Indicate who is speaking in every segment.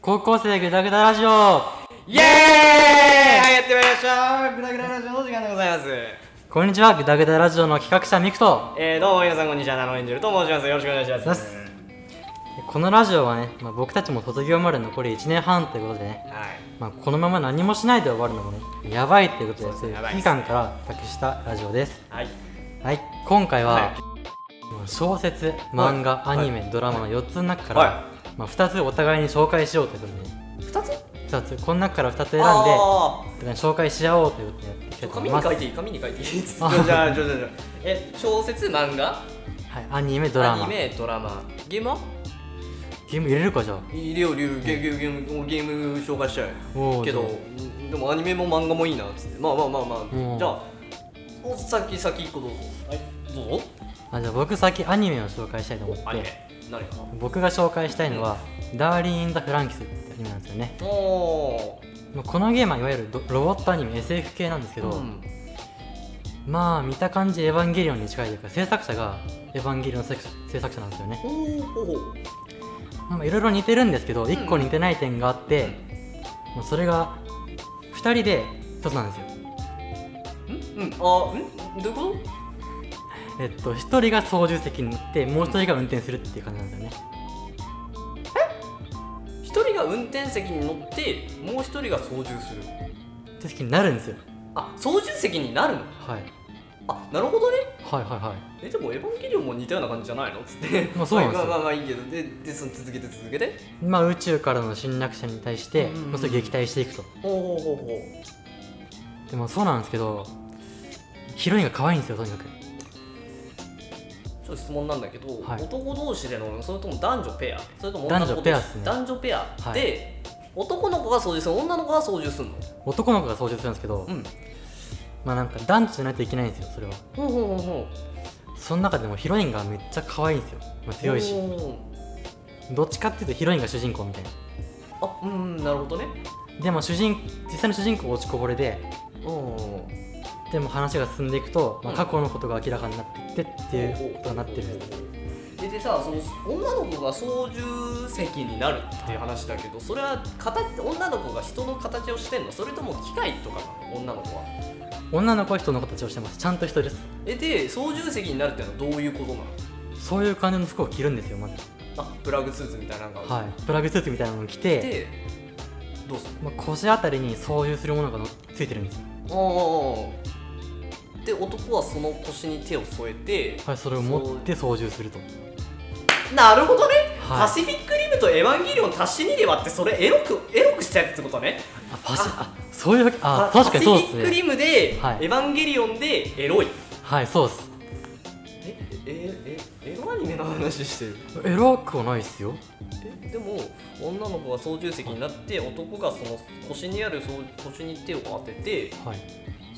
Speaker 1: 高校生グダグダラジオ
Speaker 2: イエーイはい、やってまいりましたグダグダラジオの時間でございます。
Speaker 1: こんにちはグダグダラジオの企画者ミクと
Speaker 2: えー、どうも皆さん、こんにちは。ナノエンジェルと申します。よろしくお願いします。
Speaker 1: ざっすこのラジオはね、まあ、僕たちも卒業まで残り1年半ということでね、
Speaker 2: はい。
Speaker 1: まあ、このまま何もしないで終わるのもねやばいっていうことで
Speaker 2: そうですねやばい
Speaker 1: 危機
Speaker 2: です
Speaker 1: 感から託したラジオです
Speaker 2: はい。
Speaker 1: はい今回は、
Speaker 2: は
Speaker 1: まあ小説漫画、
Speaker 2: はい
Speaker 1: アニメ、ドラマの4つの中から、
Speaker 2: は
Speaker 1: まあ、2つお互いに紹介しようということでね
Speaker 2: 二つ選ん
Speaker 1: 2
Speaker 2: で、
Speaker 1: つこの中から2つ選んで
Speaker 2: あ
Speaker 1: お互いに紹介し合おうということでやっていきた
Speaker 2: ー
Speaker 1: いと思
Speaker 2: 紙
Speaker 1: いま
Speaker 2: に
Speaker 1: す
Speaker 2: 書いていい紙に書いていいじ
Speaker 1: あ
Speaker 2: ゃあ、じゃあ、じゃあ、じゃあ。え、小説、漫画、
Speaker 1: はい、アニメドラ
Speaker 2: アニ
Speaker 1: マ
Speaker 2: メ、ドラマ、ゲームは
Speaker 1: ゲーム入れるかじゃあ
Speaker 2: いるよ、いるよゲーム、ゲーム、ゲーム紹介しちゃうよ。
Speaker 1: おー
Speaker 2: けど
Speaker 1: じゃ
Speaker 2: でもアニメも漫画もいいなっつってまあまあまあま
Speaker 1: うん
Speaker 2: あじゃあお先先一個どうぞはいどうぞ
Speaker 1: ああじゃあ僕先アニメを紹介したいと思
Speaker 2: ア
Speaker 1: っ
Speaker 2: ニ
Speaker 1: て
Speaker 2: メ何かな
Speaker 1: 僕が紹介したいのは「ダーリン・イン・ザ・フランキス」ってアニメなんですよね、
Speaker 2: おー
Speaker 1: まあ、このゲームはいわゆるドロボットアニメ SF 系なんですけど、
Speaker 2: うん
Speaker 1: まあ見た感じエヴァンゲリオンに近いというか制作者がエヴァンゲリオンの制作制作者なんですよね
Speaker 2: おーほほ
Speaker 1: まあいろいろ似てるんですけど1個似てない点があって、まあそれが2人で1つなんですよ
Speaker 2: んうんあんどういうこ
Speaker 1: えっと1人が操縦席に乗ってもう1人が運転するっていう感じなんですよね
Speaker 2: と一人が運転席に乗ってもう一人が操縦する
Speaker 1: 手つきになるんですよ、
Speaker 2: あ操縦席になるの
Speaker 1: はい、
Speaker 2: あなるほどね
Speaker 1: はいはいはい
Speaker 2: えでもエヴァンゲリオンも似たような感じじゃないのつって
Speaker 1: まあそうなんですよ
Speaker 2: まあまあまあいいけどででその続けて続けて
Speaker 1: まあ、宇宙からの侵略者に対して、
Speaker 2: うんうんうん
Speaker 1: まあ、それを撃退していくと
Speaker 2: ほうほうほうほ
Speaker 1: でもそうなんですけどヒロインが可愛いんですよとにかく
Speaker 2: うちょっと質問なんだけど、
Speaker 1: はい
Speaker 2: 男同士で乗るのそれとも男女ペアそれとも女の子同
Speaker 1: 男女
Speaker 2: 士
Speaker 1: ペアっすね
Speaker 2: 男女ペア、
Speaker 1: はい
Speaker 2: で男の子が操縦する女の子が操縦するの
Speaker 1: 男の子が操縦するんですけど、
Speaker 2: うん
Speaker 1: まあなんか男女じゃないといけないんですよそれは
Speaker 2: ほうほうほうほ
Speaker 1: その中でもヒロインがめっちゃ可愛いんですよ、まあ、
Speaker 2: う
Speaker 1: 強いし
Speaker 2: おー
Speaker 1: どっちかっていうとヒロインが主人公みたいな
Speaker 2: あうんなるほどね
Speaker 1: でも主人実際の主人公は落ちこぼれで
Speaker 2: うん
Speaker 1: でも話が進んでいくと、まあ、
Speaker 2: うん
Speaker 1: 過去のことが明らかになっていってっていうことになってる
Speaker 2: ででさその女の子が操縦席になるっていう話だけどそれは形女の子が人の形をしてんのそれとも機械とかなの女の子は
Speaker 1: 女の子は人の形をしてますちゃんと人です
Speaker 2: えで操縦席になるってのはどういうことなの
Speaker 1: そういう感じの服を着るんですよまず
Speaker 2: あプラグスーツみたいなのが
Speaker 1: はいプラグスーツみたいなのを着て
Speaker 2: でどうする
Speaker 1: まあ、腰あたりに操縦するものがのついてるんですよ
Speaker 2: ので男はその腰に手を添えて
Speaker 1: はいそれを持って操縦すると
Speaker 2: なるほどね、
Speaker 1: はい
Speaker 2: パシフィックリムとエヴァンゲリオン足し2で割ってそれエロくエロくしちゃうってことね
Speaker 1: あパシあそういうわけあ
Speaker 2: パ
Speaker 1: 確かにそう
Speaker 2: パシ
Speaker 1: で
Speaker 2: フ
Speaker 1: す
Speaker 2: ィック
Speaker 1: ね
Speaker 2: リムで、
Speaker 1: はい
Speaker 2: エヴァンゲリオンでエロい
Speaker 1: はいそうです
Speaker 2: えええエロアニメの話してる
Speaker 1: エロくはないっすよ
Speaker 2: えでも女の子が操縦席になって男がその腰にある操腰に手を当てて
Speaker 1: はい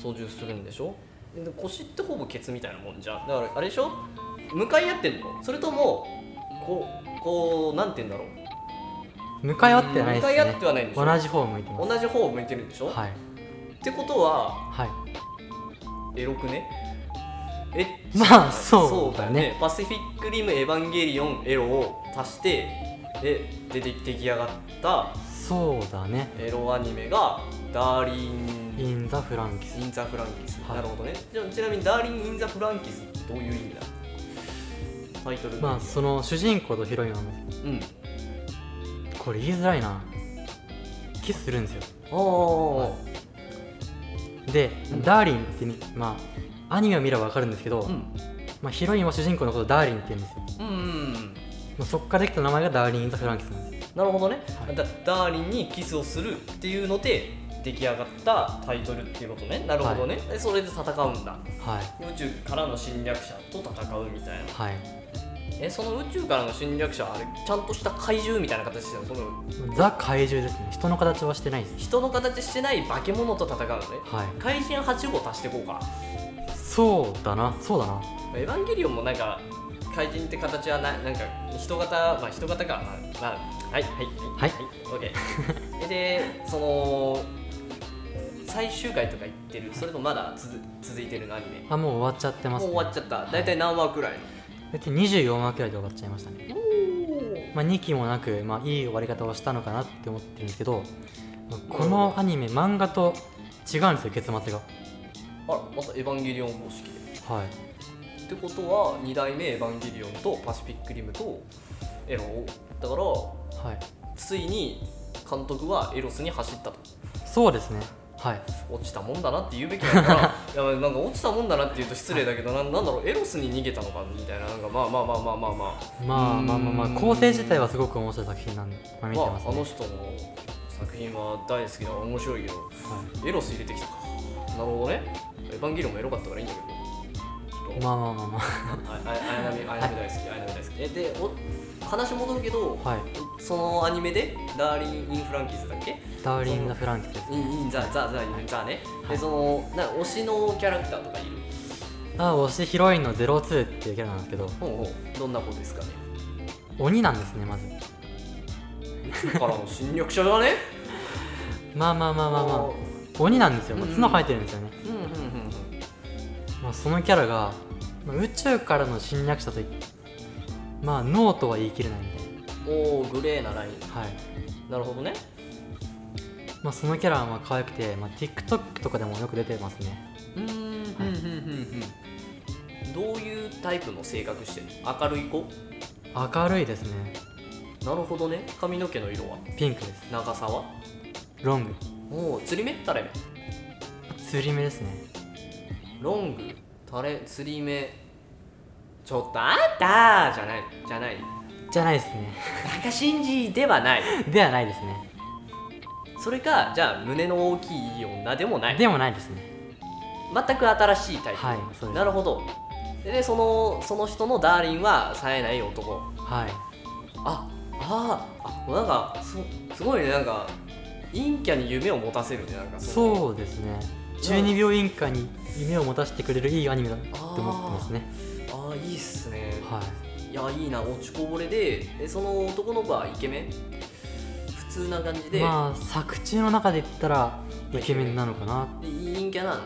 Speaker 2: 操縦するんでしょで腰ってほぼケツみたいなもんじゃんだからあれでしょ向かい合ってんのそれともこうこうなんて言うんだろう
Speaker 1: 向かい合ってはない
Speaker 2: 向
Speaker 1: で
Speaker 2: か
Speaker 1: す
Speaker 2: い合って
Speaker 1: ね
Speaker 2: はないんでしょ
Speaker 1: 同じ方を向いてます
Speaker 2: 同じ方を向いてるんでしょ、
Speaker 1: はい
Speaker 2: ってことは
Speaker 1: はい
Speaker 2: エロくねえ
Speaker 1: まあそう
Speaker 2: だ
Speaker 1: だ
Speaker 2: よ
Speaker 1: ね
Speaker 2: ねパシフィックリムエヴァンゲリオンエロを足してで出て出来上がった
Speaker 1: そうだね
Speaker 2: エロアニメが「ダーリン・
Speaker 1: イン・ザ・フランキス
Speaker 2: イン・ザ・フランキス」
Speaker 1: はい
Speaker 2: なるほどねじゃあちなみに「ダーリン・イン・ザ・フランキス」どういう意味だタイトル
Speaker 1: まあその主人公とヒロインは
Speaker 2: うん
Speaker 1: これ言いづらいなキスするんですよ
Speaker 2: おー
Speaker 1: で
Speaker 2: うん
Speaker 1: ダーリンってみまあアニメを見ればわかるんですけど、
Speaker 2: うん
Speaker 1: まあ、ヒロインは主人公のことをダーリンって言うんですよ
Speaker 2: うんうん
Speaker 1: まあ、そっからできた名前がダーリン・インザ・フランキスなんです
Speaker 2: なるほどね、
Speaker 1: はい
Speaker 2: だダーリンにキスをするっていうので出来上がったタイトルっていうことねなるほどね、でそれで戦うんだ
Speaker 1: はい
Speaker 2: 宇宙からの侵略者と戦うみたいな
Speaker 1: はい
Speaker 2: えその宇宙からの侵略者はあれちゃんとした怪獣みたいな形してるのその
Speaker 1: ザ・怪獣ですね人の形はしてないです
Speaker 2: 人の形してない化け物と戦うのね
Speaker 1: はい
Speaker 2: 怪人8号足していこうか
Speaker 1: そうだなそうだな
Speaker 2: エヴァンゲリオンもなんか怪人って形はないなんか人型まあ人型かまあ、まあ、はいはい
Speaker 1: はい
Speaker 2: オッ ケーでその最終回とか行ってるそれともまだ続続いてるのアニメ
Speaker 1: あもう終わっちゃってま
Speaker 2: もう
Speaker 1: す、ね、
Speaker 2: 終わっちゃった大体何話くらいの
Speaker 1: だって24話くらいで終わっちゃいましたね
Speaker 2: おー
Speaker 1: まあ、2期もなく、まあ、いい終わり方をしたのかなって思ってるんですけどまあこのアニメ漫画と違うんですよ結末が
Speaker 2: あらまたエヴァンゲリオン方式で
Speaker 1: はい
Speaker 2: ってことは2代目エヴァンゲリオンとパシフィックリムとエロをだから
Speaker 1: はい
Speaker 2: ついに監督はエロスに走ったと
Speaker 1: そうですねはい
Speaker 2: 落ちたもんだなって言うべきなの かないやなんか落ちたもんだなって言うと失礼だけどななんだろうエロスに逃げたのかみたいななんかまあまあまあまあま
Speaker 1: ま
Speaker 2: あまあ
Speaker 1: あまあまあ
Speaker 2: うー
Speaker 1: ま
Speaker 2: ん
Speaker 1: あ構成自体はすごく面白い作品なんで、まあ、見て
Speaker 2: ま
Speaker 1: ます
Speaker 2: ああ
Speaker 1: ね、
Speaker 2: の人の作品は大好きだから面白いけど
Speaker 1: は
Speaker 2: エロス入れてきたかなるほどねエヴァンゲリオンもエロかったからいいんだけ どちょっ
Speaker 1: い、
Speaker 2: と
Speaker 1: まあまあまあま
Speaker 2: あああやなみあやなみ大好きあやなみ大好きえでお話戻るけど
Speaker 1: あはい
Speaker 2: そのアニメで「ダーリン・イン・フランキーズ」だっけ
Speaker 1: 「ダーリン・ザ・フランキス」です
Speaker 2: イン・イン・ザ・ザ・ザ・イン・ザねでそのなんか推しのキャラクターとかいる
Speaker 1: あ推しヒロインの02っていうキャラなんですけど
Speaker 2: ほうほうどんな子ですかね
Speaker 1: 鬼なんですねまず
Speaker 2: 宇宙 からの侵略者だね
Speaker 1: まあまあまあまあま
Speaker 2: お
Speaker 1: あ
Speaker 2: ー
Speaker 1: 鬼なんですよ、まあ
Speaker 2: うんうん
Speaker 1: 角生えてるんですよね、
Speaker 2: うんうんうんうん
Speaker 1: まあ、そのキャラが、まあ、宇宙からの侵略者といまあノーとは言い切れないみ
Speaker 2: おおグレーなライン
Speaker 1: たいなはい
Speaker 2: なるほどね
Speaker 1: まあ、そのキャラはまあ可愛くて、まあ、TikTok とかでもよく出てますね
Speaker 2: うんうんうんうんどういうタイプの性格してる明るい子
Speaker 1: 明るいですね
Speaker 2: なるほどね髪の毛の色は
Speaker 1: ピンクです
Speaker 2: 長さは
Speaker 1: ロング
Speaker 2: おお釣り目垂れ
Speaker 1: 釣り目ですね
Speaker 2: 目ロング垂れ釣り目ちょっとあんたーじゃないじゃない
Speaker 1: じゃないですね
Speaker 2: 中信じではない
Speaker 1: ではないですね
Speaker 2: それかじゃあ胸の大きい女でもない
Speaker 1: でもないですね
Speaker 2: 全く新しいタイプ、
Speaker 1: はいそうです
Speaker 2: なるほどでそのその人のダーリンは冴えない男
Speaker 1: はい
Speaker 2: ああーあなんかすすごいねなんか陰キャに夢を持たせるねなんかう
Speaker 1: そうですね12秒委員会に夢を持たせてくれるいいアニメだって思ってますね
Speaker 2: ああいいっすね
Speaker 1: はい
Speaker 2: いやいいな落ちこぼれでえその男の子はイケメン普通な感じで,、
Speaker 1: まあ作中の中で言ったらイケメンなのかな
Speaker 2: で陰キャなのあ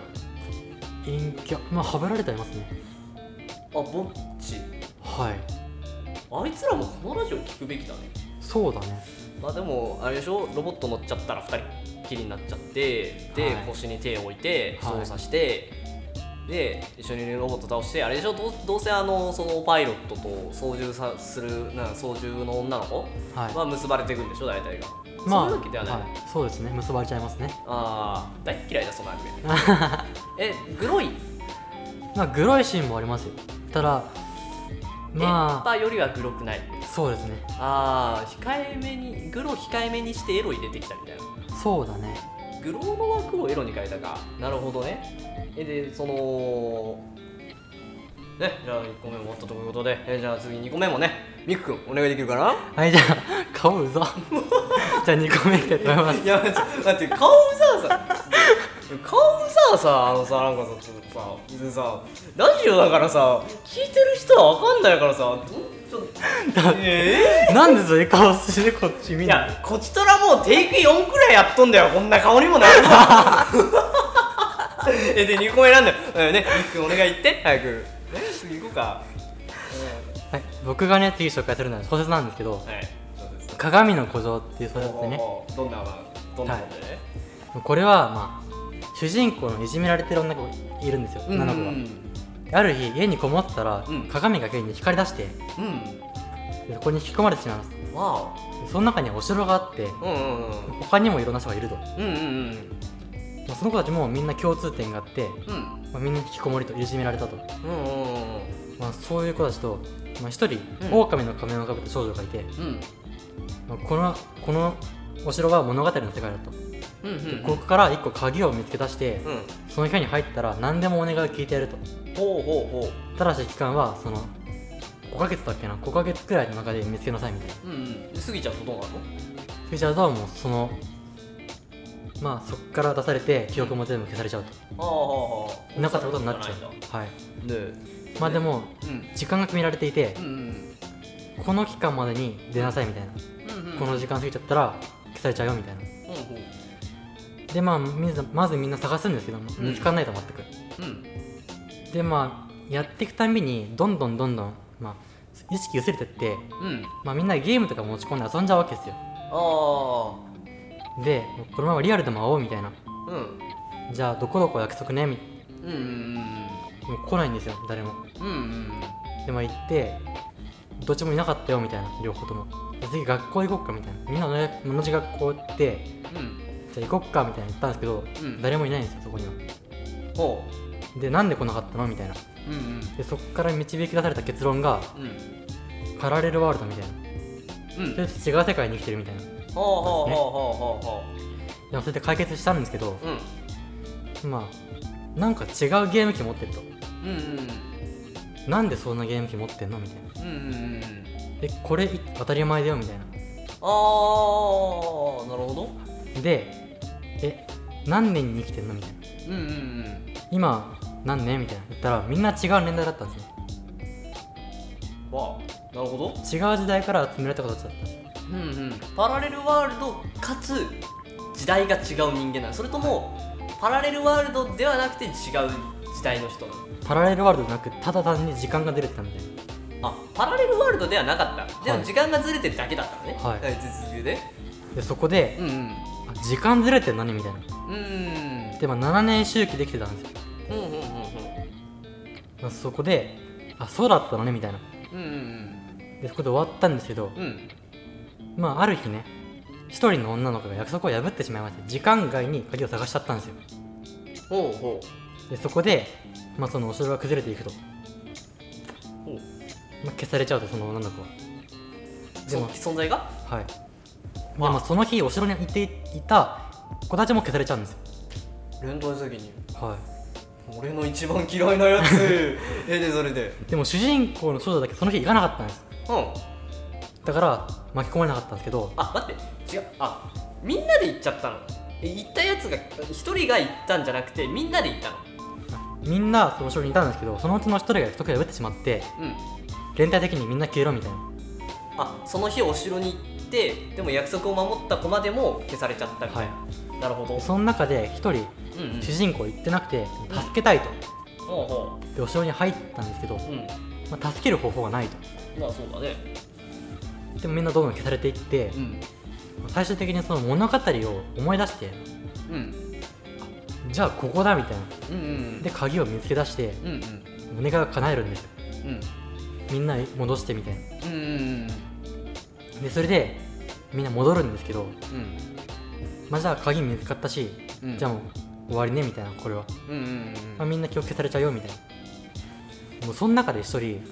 Speaker 1: 陰キャまあはぶられてありますね
Speaker 2: ぼっち
Speaker 1: はい
Speaker 2: あいつらもこのラジオ聞くべきだね
Speaker 1: そうだね
Speaker 2: まあでもあれでしょロボット乗っちゃったら2人きりになっちゃってで、
Speaker 1: はい
Speaker 2: 腰に手を置いて
Speaker 1: はい
Speaker 2: 操作して、で一緒にロボット倒してあれでしょどうどうせあのそのパイロットと操縦さするな操縦の女の子
Speaker 1: はい
Speaker 2: は結ばれていくんでしょ大体が、
Speaker 1: まあ
Speaker 2: そういうわけではない、
Speaker 1: はい、そうですね結ばれちゃいますね
Speaker 2: ああ大っ嫌いだそのア ニメえグロい
Speaker 1: まあグロいシーンもありますよただ
Speaker 2: エッ
Speaker 1: ま
Speaker 2: パよりはグロくない
Speaker 1: あそうですね
Speaker 2: ああ控えめにグロ控えめにしてエロ入れてきたみたいな
Speaker 1: そうだね
Speaker 2: グローの枠をエロに変えたかなるほどねえでそのねじゃあ1個目終わったということでえじゃあ次2個目もねみくくんお願いできるかな
Speaker 1: はいじゃあ 顔うざ じゃあ2個目いきたいと思います
Speaker 2: いやだって顔うざさ顔うざさあのさなんかさちょっとさ別にさラジオだからさ聞いてる人は分かんないからさどちょっとえ
Speaker 1: なんでそれ顔してこっち
Speaker 2: ー
Speaker 1: 見
Speaker 2: い
Speaker 1: ない
Speaker 2: やこちとらもうテイク4くらいやっとんだよこんな顔にもなるえで2個目なんだよ、うん、ねみっくんお願い言って早くね次行こうか、
Speaker 1: はい、僕がね次紹介するのは小説なんですけど
Speaker 2: うん、はいそうで
Speaker 1: 「
Speaker 2: す
Speaker 1: 鏡の古城」っていう小説でね
Speaker 2: おーどんなまあどんなもんでね、
Speaker 1: これはまあ主人公のいじめられてる女の子がいるんですよ女の子がある日家にこもってたら、
Speaker 2: うん
Speaker 1: 鏡が急に光り出して
Speaker 2: うん
Speaker 1: でそこに引き込まれてしまいますで
Speaker 2: わ
Speaker 1: その中にはお城があって
Speaker 2: おうんうんうん
Speaker 1: 他にもいろんな人がいると、ま
Speaker 2: うんうんうん
Speaker 1: あ、その子たちもみんな共通点があって、
Speaker 2: うん
Speaker 1: まあ、みんな引きこもりといじめられたと、
Speaker 2: うんうんうん
Speaker 1: まあ、そういう子たちと、まあ、一人、
Speaker 2: うん
Speaker 1: 狼の仮面をかぶった少女がいて、
Speaker 2: うん
Speaker 1: まあ、このこのお城は物語の世界だと、
Speaker 2: うんうんうん
Speaker 1: ここから一個鍵を見つけ出して、
Speaker 2: うん
Speaker 1: その部屋に入ったら何でもお願いを聞いてやると
Speaker 2: ほうほうほ
Speaker 1: ただし期間はその5ヶ月だっけな5ヶ月くらいの中で見つけなさいみたいな
Speaker 2: ううんうん過ぎちゃうとどうなるの
Speaker 1: フィジャードはもうそのまあそっから出されて記憶も全部消されちゃうと
Speaker 2: ああああ
Speaker 1: なかったことになっちゃ
Speaker 2: ね
Speaker 1: うはい
Speaker 2: え
Speaker 1: まあでも
Speaker 2: うん
Speaker 1: 時間が決められていて
Speaker 2: うんうん
Speaker 1: この期間までに出なさいみたいな
Speaker 2: うんうん
Speaker 1: この時間過ぎちゃったら消されちゃうよみたいな
Speaker 2: うんうん
Speaker 1: でまあみずまずみんな探すんですけど見つかんないと全く
Speaker 2: うん
Speaker 1: でまあやっていくたんびにどんどんどんどんまあ意識薄れてって、
Speaker 2: うん
Speaker 1: まあ、みんなゲームとか持ち込んで遊んじゃうわけですよ
Speaker 2: ああ
Speaker 1: でこのままリアルでも会おうみたいな
Speaker 2: うん
Speaker 1: じゃあどこどこ約束ねみ
Speaker 2: うんうん
Speaker 1: もう来ないんですよ誰も
Speaker 2: うんうん
Speaker 1: でまあ行ってどっちもいなかったよみたいな両方ともで次学校行こっかみたいなみんな同じ同じ学校行って
Speaker 2: うん
Speaker 1: じゃあ行こっかみたいな言ったんですけど、
Speaker 2: うん
Speaker 1: 誰もいないんですよそこには
Speaker 2: ほ
Speaker 1: でなんで来なかったのみたいな
Speaker 2: ううん
Speaker 1: でそこから導き出された結論が
Speaker 2: うんうん
Speaker 1: パラレルワールドみたいな
Speaker 2: う
Speaker 1: それ
Speaker 2: ん
Speaker 1: と違う世界に生きてるみたいなで
Speaker 2: ほうほうほうほうほ
Speaker 1: もそれで解決したんですけど
Speaker 2: うほううん
Speaker 1: まあなんか違うゲーム機持ってると
Speaker 2: うんうん
Speaker 1: なんでそんなゲーム機持ってんのみたいな
Speaker 2: うんうんうんうん
Speaker 1: えこれ当たり前だよみたいな
Speaker 2: ああなるほど
Speaker 1: でえ何年に生きてんのみたいな
Speaker 2: うんうんうん
Speaker 1: 今何年みたいな言ったらみんな違う年代だったんですよ
Speaker 2: わあなるほど
Speaker 1: 違う時代から集められた子たちだったんですよ
Speaker 2: うんうんパラレルワールドかつ時代が違う人間なのそれともパラレルワールドではなくて違う時代の人なの
Speaker 1: パラレルワールドじゃなくただ単に時間が出れてたみたいな
Speaker 2: あパラレルワールドではなかったで
Speaker 1: は
Speaker 2: も
Speaker 1: い
Speaker 2: 時間がずれてるだけだったのね
Speaker 1: はい
Speaker 2: 続けて
Speaker 1: でそこで
Speaker 2: うんうん
Speaker 1: あ時間ずれて何みたいな
Speaker 2: うんうん
Speaker 1: でまあ7年周期できてたんですよ
Speaker 2: うんうん
Speaker 1: まあそこであそうだったのねみたいな
Speaker 2: うんうん
Speaker 1: でそこで終わったんですけど
Speaker 2: うんうん
Speaker 1: まあある日ね一人の女の子が約束を破ってしまいまして時間外に鍵を探しちゃったんですよ
Speaker 2: ほうほ
Speaker 1: でそこで、まあ、そのお城が崩れていくと、
Speaker 2: うほう
Speaker 1: まあ、消されちゃうとその女の子はで
Speaker 2: そ
Speaker 1: も
Speaker 2: 存在が
Speaker 1: はいでまあその日お城にいていた子たちも消されちゃうんですよ
Speaker 2: 連帯責任
Speaker 1: は
Speaker 2: 俺の一番嫌いなやつえでそれで
Speaker 1: いでも主人公の少女だけその日行かなかったんです
Speaker 2: うん
Speaker 1: だから巻き込まれなかったんですけど
Speaker 2: あ待って違うあみんなで行っちゃったのえ行ったやつが一人が行ったんじゃなくてみんなで行ったの
Speaker 1: みんなそのお城にいたんですけどそのうちの一人が約束を破ってしまって
Speaker 2: うん
Speaker 1: 連帯的にみんな消えろみたいな
Speaker 2: あその日お城に行ってでも約束を守った子までも消されちゃったみた
Speaker 1: はい
Speaker 2: な、なるほど
Speaker 1: でその中で一人
Speaker 2: うんうん
Speaker 1: 主人公行ってなくて助けたいと
Speaker 2: ほうほ
Speaker 1: でお城に入ったんですけど、
Speaker 2: ううん
Speaker 1: まあ、助ける方法がないと
Speaker 2: まあそうだね
Speaker 1: でもみんなどんどん消されていって、
Speaker 2: うん
Speaker 1: 最終的にその物語を思い出して
Speaker 2: うん
Speaker 1: じゃあここだみたいな
Speaker 2: うんうん
Speaker 1: で鍵を見つけ出して
Speaker 2: うんうん
Speaker 1: お願いが叶えるんですよ
Speaker 2: うん
Speaker 1: みんな戻してみたいな
Speaker 2: うんうん
Speaker 1: でそれでみんな戻るんですけど、
Speaker 2: うん
Speaker 1: まあ、じゃあ鍵見つかったし、
Speaker 2: うん
Speaker 1: じゃあもう終わりねみたいなこれは、
Speaker 2: うんうんうん
Speaker 1: まあ、みんな気を消されちゃうよみたいなもうその中で一人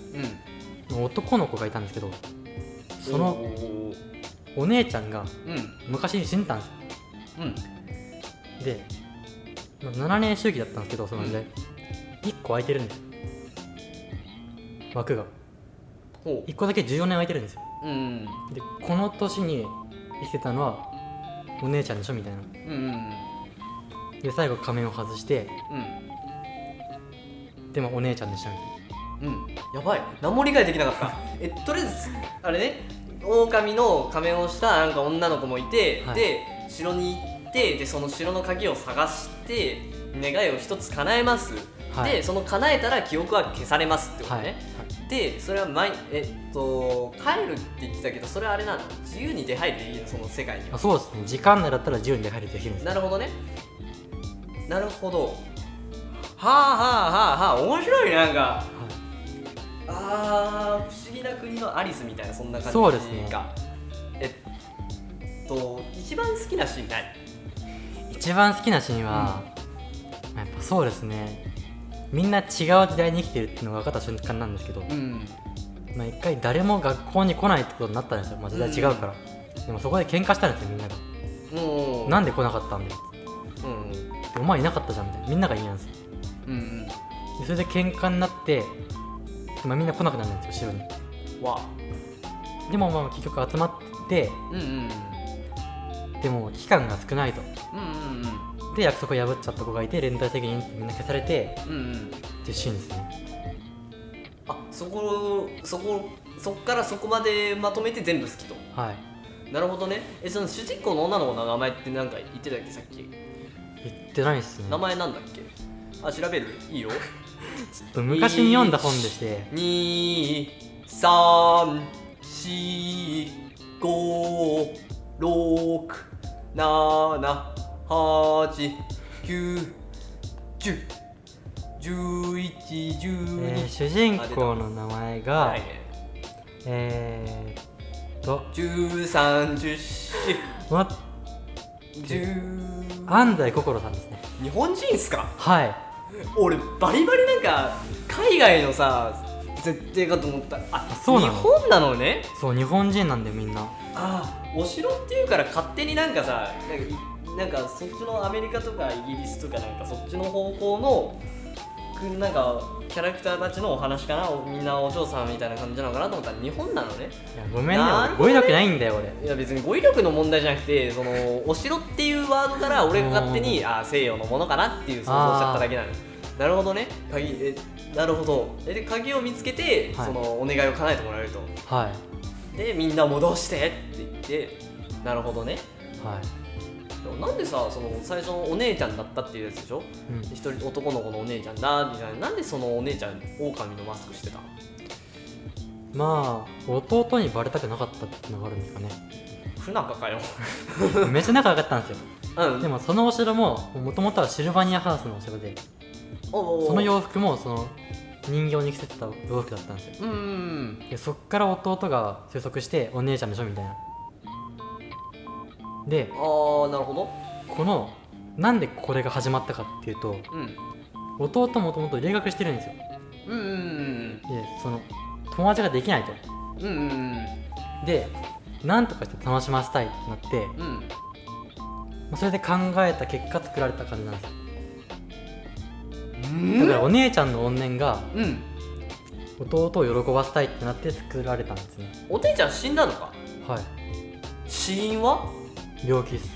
Speaker 2: うん
Speaker 1: 男の子がいたんですけどその
Speaker 2: おー
Speaker 1: お姉ちゃんが
Speaker 2: うん
Speaker 1: 昔死んだんですよ
Speaker 2: うん
Speaker 1: でまあ7年周期だったんですけどその時代、
Speaker 2: うん
Speaker 1: 1個空いてるんです枠が
Speaker 2: ほ
Speaker 1: 1個だけ14年空いてるんですよ
Speaker 2: ううん
Speaker 1: でこの年に生きてたのはお姉ちゃんでしょみたいな
Speaker 2: うんうん
Speaker 1: で最後仮面を外して
Speaker 2: うん
Speaker 1: でもお姉ちゃんでしょみたい
Speaker 2: うん、やばい何も理解できなかったえとりあえずあれね狼の仮面をしたなんか女の子もいて、
Speaker 1: はい
Speaker 2: で城に行ってでその城の鍵を探して願いを一つ叶えます、
Speaker 1: はい
Speaker 2: でその叶えたら記憶は消されますってこと
Speaker 1: な、
Speaker 2: ね、
Speaker 1: はい
Speaker 2: でそれは毎えっと帰るって言ってたけどそれはあれなの自由に出入りできるのその世界には
Speaker 1: あそうですね時間内だったら自由に出入りできるんです
Speaker 2: なるほどねなるほどはあはあはあはあ面白いねなんか
Speaker 1: は
Speaker 2: あー不思議な国のアリスみたいなそんな感じか
Speaker 1: そうですね
Speaker 2: えっと一番好きなシーンない
Speaker 1: い一番好きなシーンは、まあやっぱそうですねみんな違う時代に生きてるっていうのが分かった瞬間なんですけど、
Speaker 2: うん
Speaker 1: まあ、一回誰も学校に来ないってことになったんですよ、まあ、時代違うから、でもそこで喧嘩したんですよみんなが、
Speaker 2: もう
Speaker 1: なんで来なかったんだよ
Speaker 2: うん
Speaker 1: お前いなかったじゃんみたいなみんなが嫌なんですよ
Speaker 2: うん
Speaker 1: でそれで喧嘩になって、まあ、みんな来なくなるんですよ城に
Speaker 2: うんわ
Speaker 1: でもまあ結局集まって
Speaker 2: うんうんうん
Speaker 1: でも期間が少ないと
Speaker 2: うんうん
Speaker 1: で約束を破っちゃった子がいて連帯責任ってみんな消されて
Speaker 2: うんうんうん
Speaker 1: っていうシーンですね
Speaker 2: あそこそこそこからそこまでまとめて全部好きと
Speaker 1: はい
Speaker 2: なるほどねえその主人公の女の子の名前ってなんか言ってたっけさっき
Speaker 1: 言ってないっすね
Speaker 2: 名前なんだっけあ調べるいいよ
Speaker 1: と昔に読んだ本でして
Speaker 2: 二三四五六七八九十十一十
Speaker 1: えー
Speaker 2: 二
Speaker 1: 主人公の名前が、
Speaker 2: はいね
Speaker 1: えー、っと
Speaker 2: 十三十四
Speaker 1: ま
Speaker 2: 十
Speaker 1: 安西心さんですね
Speaker 2: 日本人っすか
Speaker 1: はい
Speaker 2: 俺バリバリなんか海外のさ絶対かと思ったあ
Speaker 1: そうなの
Speaker 2: 日本なのね
Speaker 1: そう日本人なんだよみんな
Speaker 2: ああお城っていうから勝手になんかさなんかいなんかそっちのアメリカとかイギリスとかなんかそっちの方向のくなんかキャラクターたちのお話かなおみんなお嬢さんみたいな感じなのかなと思ったら日本なのね
Speaker 1: いやごめんね
Speaker 2: なる
Speaker 1: 俺
Speaker 2: ほ
Speaker 1: 語彙
Speaker 2: どね
Speaker 1: 力ないんだよ俺
Speaker 2: いや別に語彙力の問題じゃなくてそのお城っていうワードから俺が勝手にあー西洋のものかなっていう想像しちゃっただけなのなるほどね鍵えなるほどえで鍵を見つけて、
Speaker 1: はい
Speaker 2: そのお願いを叶えてもらえると
Speaker 1: はい
Speaker 2: でみんな戻してって言ってなるほどね
Speaker 1: はい、
Speaker 2: でもなんでさその最初のお姉ちゃんだったっていうやつでしょ
Speaker 1: うん、
Speaker 2: 一人男の子のお姉ちゃんだみたいななんでそのお姉ちゃん狼のマスクしてた
Speaker 1: まあ弟にバレたくなかったってのがあるんですかね
Speaker 2: 不仲かよ
Speaker 1: めっちゃ仲良かったんですよ
Speaker 2: うん
Speaker 1: でもそのお城ももともとはシルバニアハウスのお城で
Speaker 2: おうおうおう
Speaker 1: その洋服もその人形に着せてた洋服だったんですよ
Speaker 2: うんうんうん
Speaker 1: でそっから弟が就職してお姉ちゃんでしょみたいなで
Speaker 2: あーなるほ
Speaker 1: このなんでこれが始まったかっていうと
Speaker 2: どうん
Speaker 1: 弟もともと留学してるんですよ
Speaker 2: うんう
Speaker 1: で
Speaker 2: ん
Speaker 1: その友達ができないと
Speaker 2: うんうんうん
Speaker 1: でなんとかして楽しませたいってなって
Speaker 2: うんうん
Speaker 1: まあそれで考えた結果作られた感じなんですよ
Speaker 2: うん
Speaker 1: だからお姉ちゃんの怨念が
Speaker 2: うん
Speaker 1: 弟を喜ばせたいってなって作られたんですね
Speaker 2: お姉ちゃん死んだのか
Speaker 1: はい
Speaker 2: 死因は
Speaker 1: 病気です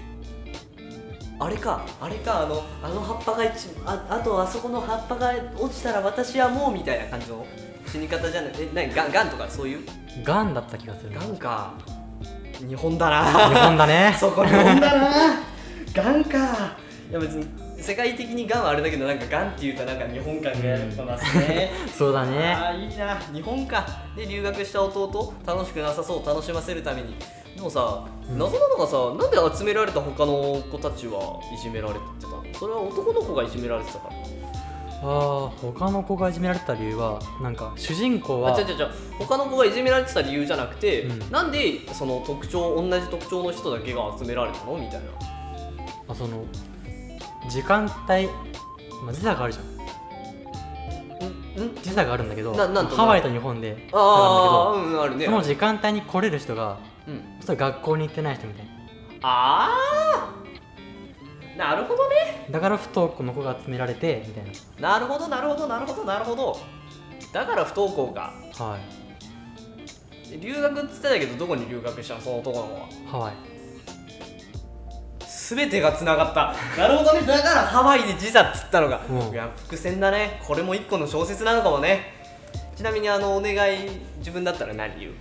Speaker 2: あれかあれかあのあの葉っぱが一ああとあそこの葉っぱが落ちたら私はもうみたいな感じの死に方じゃないえ何ガンガンとかそういう
Speaker 1: がんだった気がするな
Speaker 2: ガ
Speaker 1: 日
Speaker 2: ンか日本だな
Speaker 1: 本だね
Speaker 2: そこ日本だなガンかいや別に世界的にガンはあれだけどなんかガンっていうとなんか日本感がやっぱ ますね、
Speaker 1: そうだね
Speaker 2: ああいいな日本かで留学した弟楽しくなさそう楽しませるためにでもさ
Speaker 1: うん
Speaker 2: 謎なのがさなんで集められた他の子たちはいじめられてたのそれは男の子がいじめられてたから
Speaker 1: ああ他の子がいじめられた理由はなんか主人公は
Speaker 2: あ違う違う違う他の子がいじめられてた理由じゃなくて、
Speaker 1: うん
Speaker 2: なんでその特徴同じ特徴の人だけが集められたのみたいな
Speaker 1: あその時間帯、まあ、時差があるじゃん
Speaker 2: うんうん
Speaker 1: 時差があるんだけど
Speaker 2: ななんとな
Speaker 1: ハワイと日本で
Speaker 2: ああ
Speaker 1: だけ
Speaker 2: うんある
Speaker 1: ど
Speaker 2: ね
Speaker 1: その時間帯に来れる人が
Speaker 2: うん、
Speaker 1: ちょっと学校に行ってない人みたいな
Speaker 2: ああなるほどね
Speaker 1: だから不登校の子が集められてみたいな
Speaker 2: なるほどなるほどなるほどなるほどだから不登校か
Speaker 1: はい
Speaker 2: 留学っつってたけどどこに留学したのその男の子は
Speaker 1: ハワイ
Speaker 2: 全てがつながったなるほどねだからハワイで時差っつったのが、
Speaker 1: うん
Speaker 2: いや伏線だねこれも一個の小説なのかもねちなみにあのお願い自分だったら何言う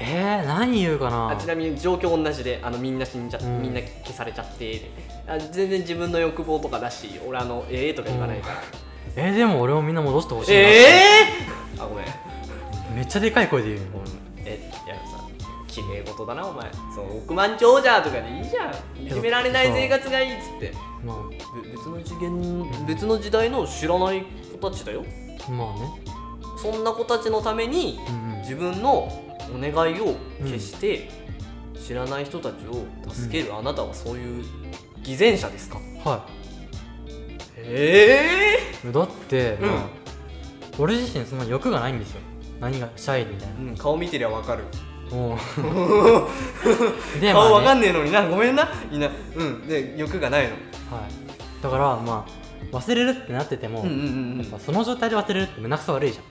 Speaker 1: えー、何言うかな
Speaker 2: あちなみに状況同じであのみんな死んじゃ、
Speaker 1: うん
Speaker 2: みんな消されちゃってであ全然自分の欲望とかだし俺あのええとか言わないから、
Speaker 1: えー、でも俺もみんな戻してほしいな、
Speaker 2: ええー、あごめん
Speaker 1: めっちゃでかい声で言うの
Speaker 2: えいやさきれい事だなお前そう億万長者とかでいいじゃんいじめられない生活がいいっつって
Speaker 1: ま
Speaker 2: べ別の次元別の時代の知らない子たちだよ
Speaker 1: あまあね
Speaker 2: そんな子たちのために
Speaker 1: うんうん
Speaker 2: 自分のお願いを消して、知らない人たちを助けるあなたはそういう偽善者ですか、
Speaker 1: は
Speaker 2: へえ
Speaker 1: いだって、
Speaker 2: うん
Speaker 1: まあ俺自身そんな欲がないんですよ何がシャイみたいな
Speaker 2: うん、顔見てりゃわかる
Speaker 1: もうで
Speaker 2: 顔わ
Speaker 1: ま
Speaker 2: か
Speaker 1: あ
Speaker 2: ん
Speaker 1: ね
Speaker 2: ねえのになごめんなみんなうんで欲がないの
Speaker 1: はい、だからまあ忘れるってなってても、
Speaker 2: うんうんうんう
Speaker 1: やっ
Speaker 2: ん
Speaker 1: ぱその状態で忘れるって胸くそ悪いじゃん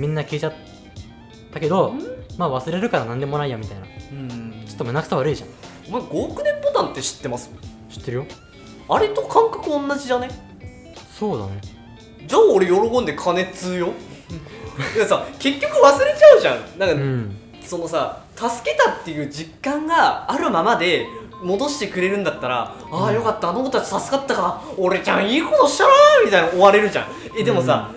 Speaker 1: みんな聞いちゃったけど、まあ忘れるから何でもないやみたいなち
Speaker 2: うん
Speaker 1: ょっと胸くそ悪いじゃん
Speaker 2: お前5億年ボタンって知ってます
Speaker 1: 知ってるよ
Speaker 2: あれと感覚同じじゃね
Speaker 1: そうだね
Speaker 2: じゃあ俺喜んで金通よ いやさ結局忘れちゃうじゃんなんか、
Speaker 1: うん
Speaker 2: そのさ助けたっていう実感があるままで戻してくれるんだったら、ああよかったあの子たち助かったか俺ちゃんいいことしたなーみたいな終われるじゃんえでもさ、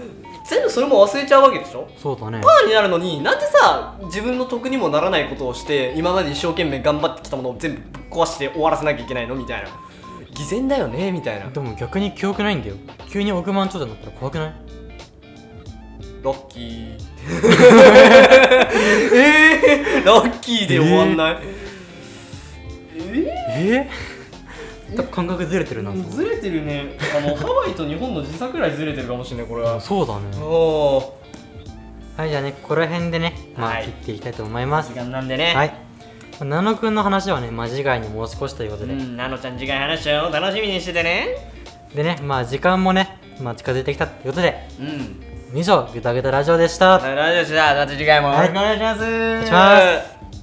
Speaker 2: 全部それも忘れちゃうわけでしょ
Speaker 1: そうだね
Speaker 2: パーになるのになんでさ自分の得にもならないことをして今まで一生懸命頑張ってきたものを全部ぶっ壊して終わらせなきゃいけないのみたいな偽善だよねみたいな
Speaker 1: でも逆に記憶ないんだよ急に億万長者になったら怖くない
Speaker 2: ラッキー えー、ラッキーで終わんない、
Speaker 1: ええ感覚ずれてるな
Speaker 2: ずれてるねあのハワイと日本の時差くらいずれてるかもしれないこれは
Speaker 1: そうだね
Speaker 2: おー
Speaker 1: はいじゃあねここら辺でね、ま
Speaker 2: は
Speaker 1: あ、
Speaker 2: い
Speaker 1: 切っていきたいと思います
Speaker 2: 時間なんでね、
Speaker 1: はいナノくんの話はね間違いにもう少しということ
Speaker 2: う
Speaker 1: で、
Speaker 2: ん、なのちゃん次回話しちゃうよ楽しみにしててね
Speaker 1: でねまあ時間もね、まあ、近づいてきたということで
Speaker 2: うん
Speaker 1: 以上「ぐだぐだラジオ」でした
Speaker 2: ラジオしたまた次回もよろしくお願いします、お願い
Speaker 1: お願い
Speaker 2: します